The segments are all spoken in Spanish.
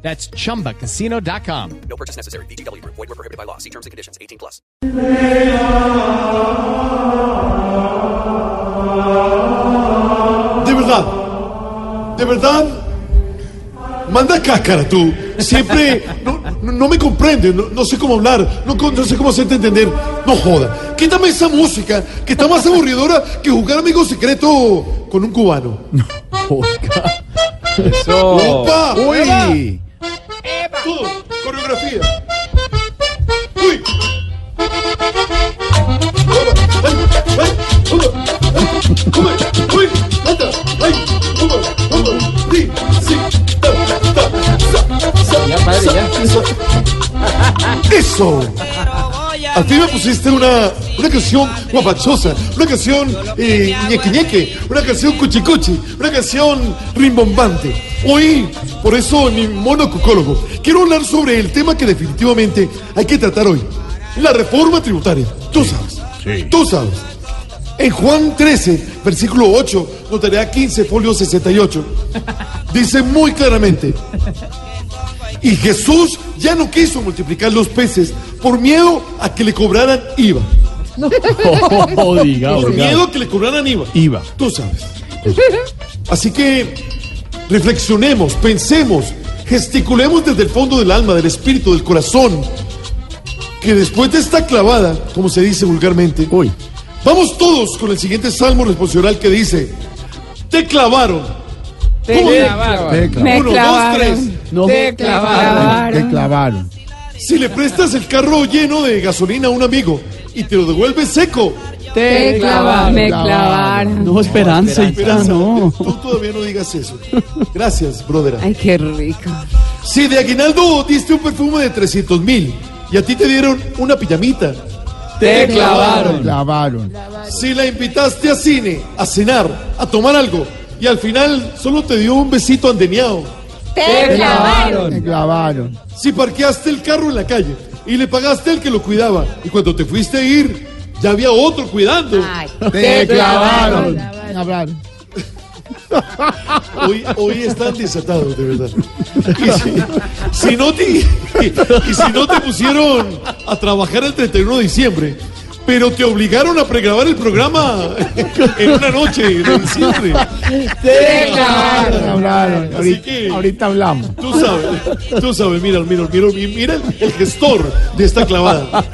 That's chumbacasino.com. No purchase necessary. BGW. Void were prohibited by law. See terms and conditions. 18 plus. De verdad, de verdad, manda cáscara tú. Siempre no, no- no me comprende, no, no sé cómo hablar, no, con- no sé cómo hacerte entender. No joda. Quítame esa música que está más aburridora que jugar amigo secreto con un cubano. Eso. ¡Opa! Uy. Todo, coreografía. ¡Uy! ¡Ay, ay, uno, ay, come, uy, anda, ay, uno, uno, di, si, ta, ta, sa, sa, Ya, padre, sa, ya. sa. ¡Eso! A ti me pusiste una, una canción guapachosa, una canción eh, ñeque ñeque, una canción cuchicuchi, una canción rimbombante. Hoy, por eso, mi monocucólogo, quiero hablar sobre el tema que definitivamente hay que tratar hoy. La reforma tributaria. Tú sabes. Tú sabes. En Juan 13, versículo 8, notaría 15, folio 68, dice muy claramente, y Jesús ya no quiso multiplicar los peces por miedo a que le cobraran IVA. por miedo a que le cobraran IVA. IVA. Tú sabes. Así que reflexionemos, pensemos, gesticulemos desde el fondo del alma, del espíritu, del corazón, que después de esta clavada, como se dice vulgarmente, hoy, vamos todos con el siguiente salmo responsorial que dice, te clavaron. ¿Cómo? Me Uno, dos, tres. clavaron. Te clavaron. clavaron. Si le prestas el carro lleno de gasolina a un amigo y te lo devuelve seco, Te clavaron. Me clavaron. No, esperanza. esperanza, no. tú todavía no digas eso. Gracias, brother. Ay, qué rico. Si de aguinaldo diste un perfume de 300 mil y a ti te dieron una pijamita, Te Clavaron. si la invitaste a cine, a cenar, a tomar algo y al final solo te dio un besito andeneado, Te clavaron. Clavaron. si parqueaste el carro en la calle y le pagaste al que lo cuidaba y cuando te fuiste a ir ya había otro cuidando. Ah, Te clavaron. Clavaron. Hoy, hoy están desatados, de verdad. Y si, si no te, y si no te pusieron a trabajar el 31 de diciembre, pero te obligaron a pregrabar el programa en una noche de diciembre. Te clavaron. Clavaron. Así Ahorita, que- ahorita hablamos. Tú sabes, tú sabes, mira, mira, mira, mira el, el gestor de esta clavada.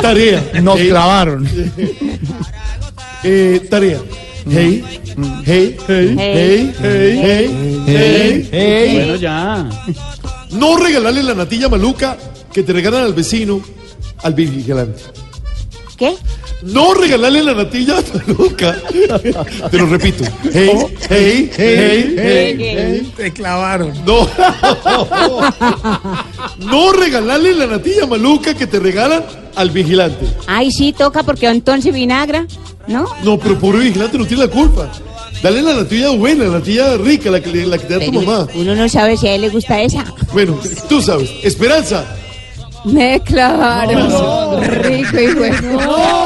Tarea. eh, clavaron. eh, tarea. Hey, hey, Mm. hey, hey, hey, hey, hey. Bueno, ya. No regalarle la natilla maluca que te regalan al vecino, al vigilante. ¿Qué? No regalarle la natilla maluca. Te lo repito. Hey, hey, hey, hey, hey. Te clavaron. No. No regalarle la natilla maluca que te regalan al vigilante. Ay, sí, toca porque entonces vinagra, ¿no? No, pero pobre vigilante no tiene la culpa. Dale la natilla buena, la natilla rica, la que, le- la que te da tu mamá. Uno no sabe si a él le gusta esa. Bueno, tú sabes. Esperanza. Me clavaron. Rico y bueno.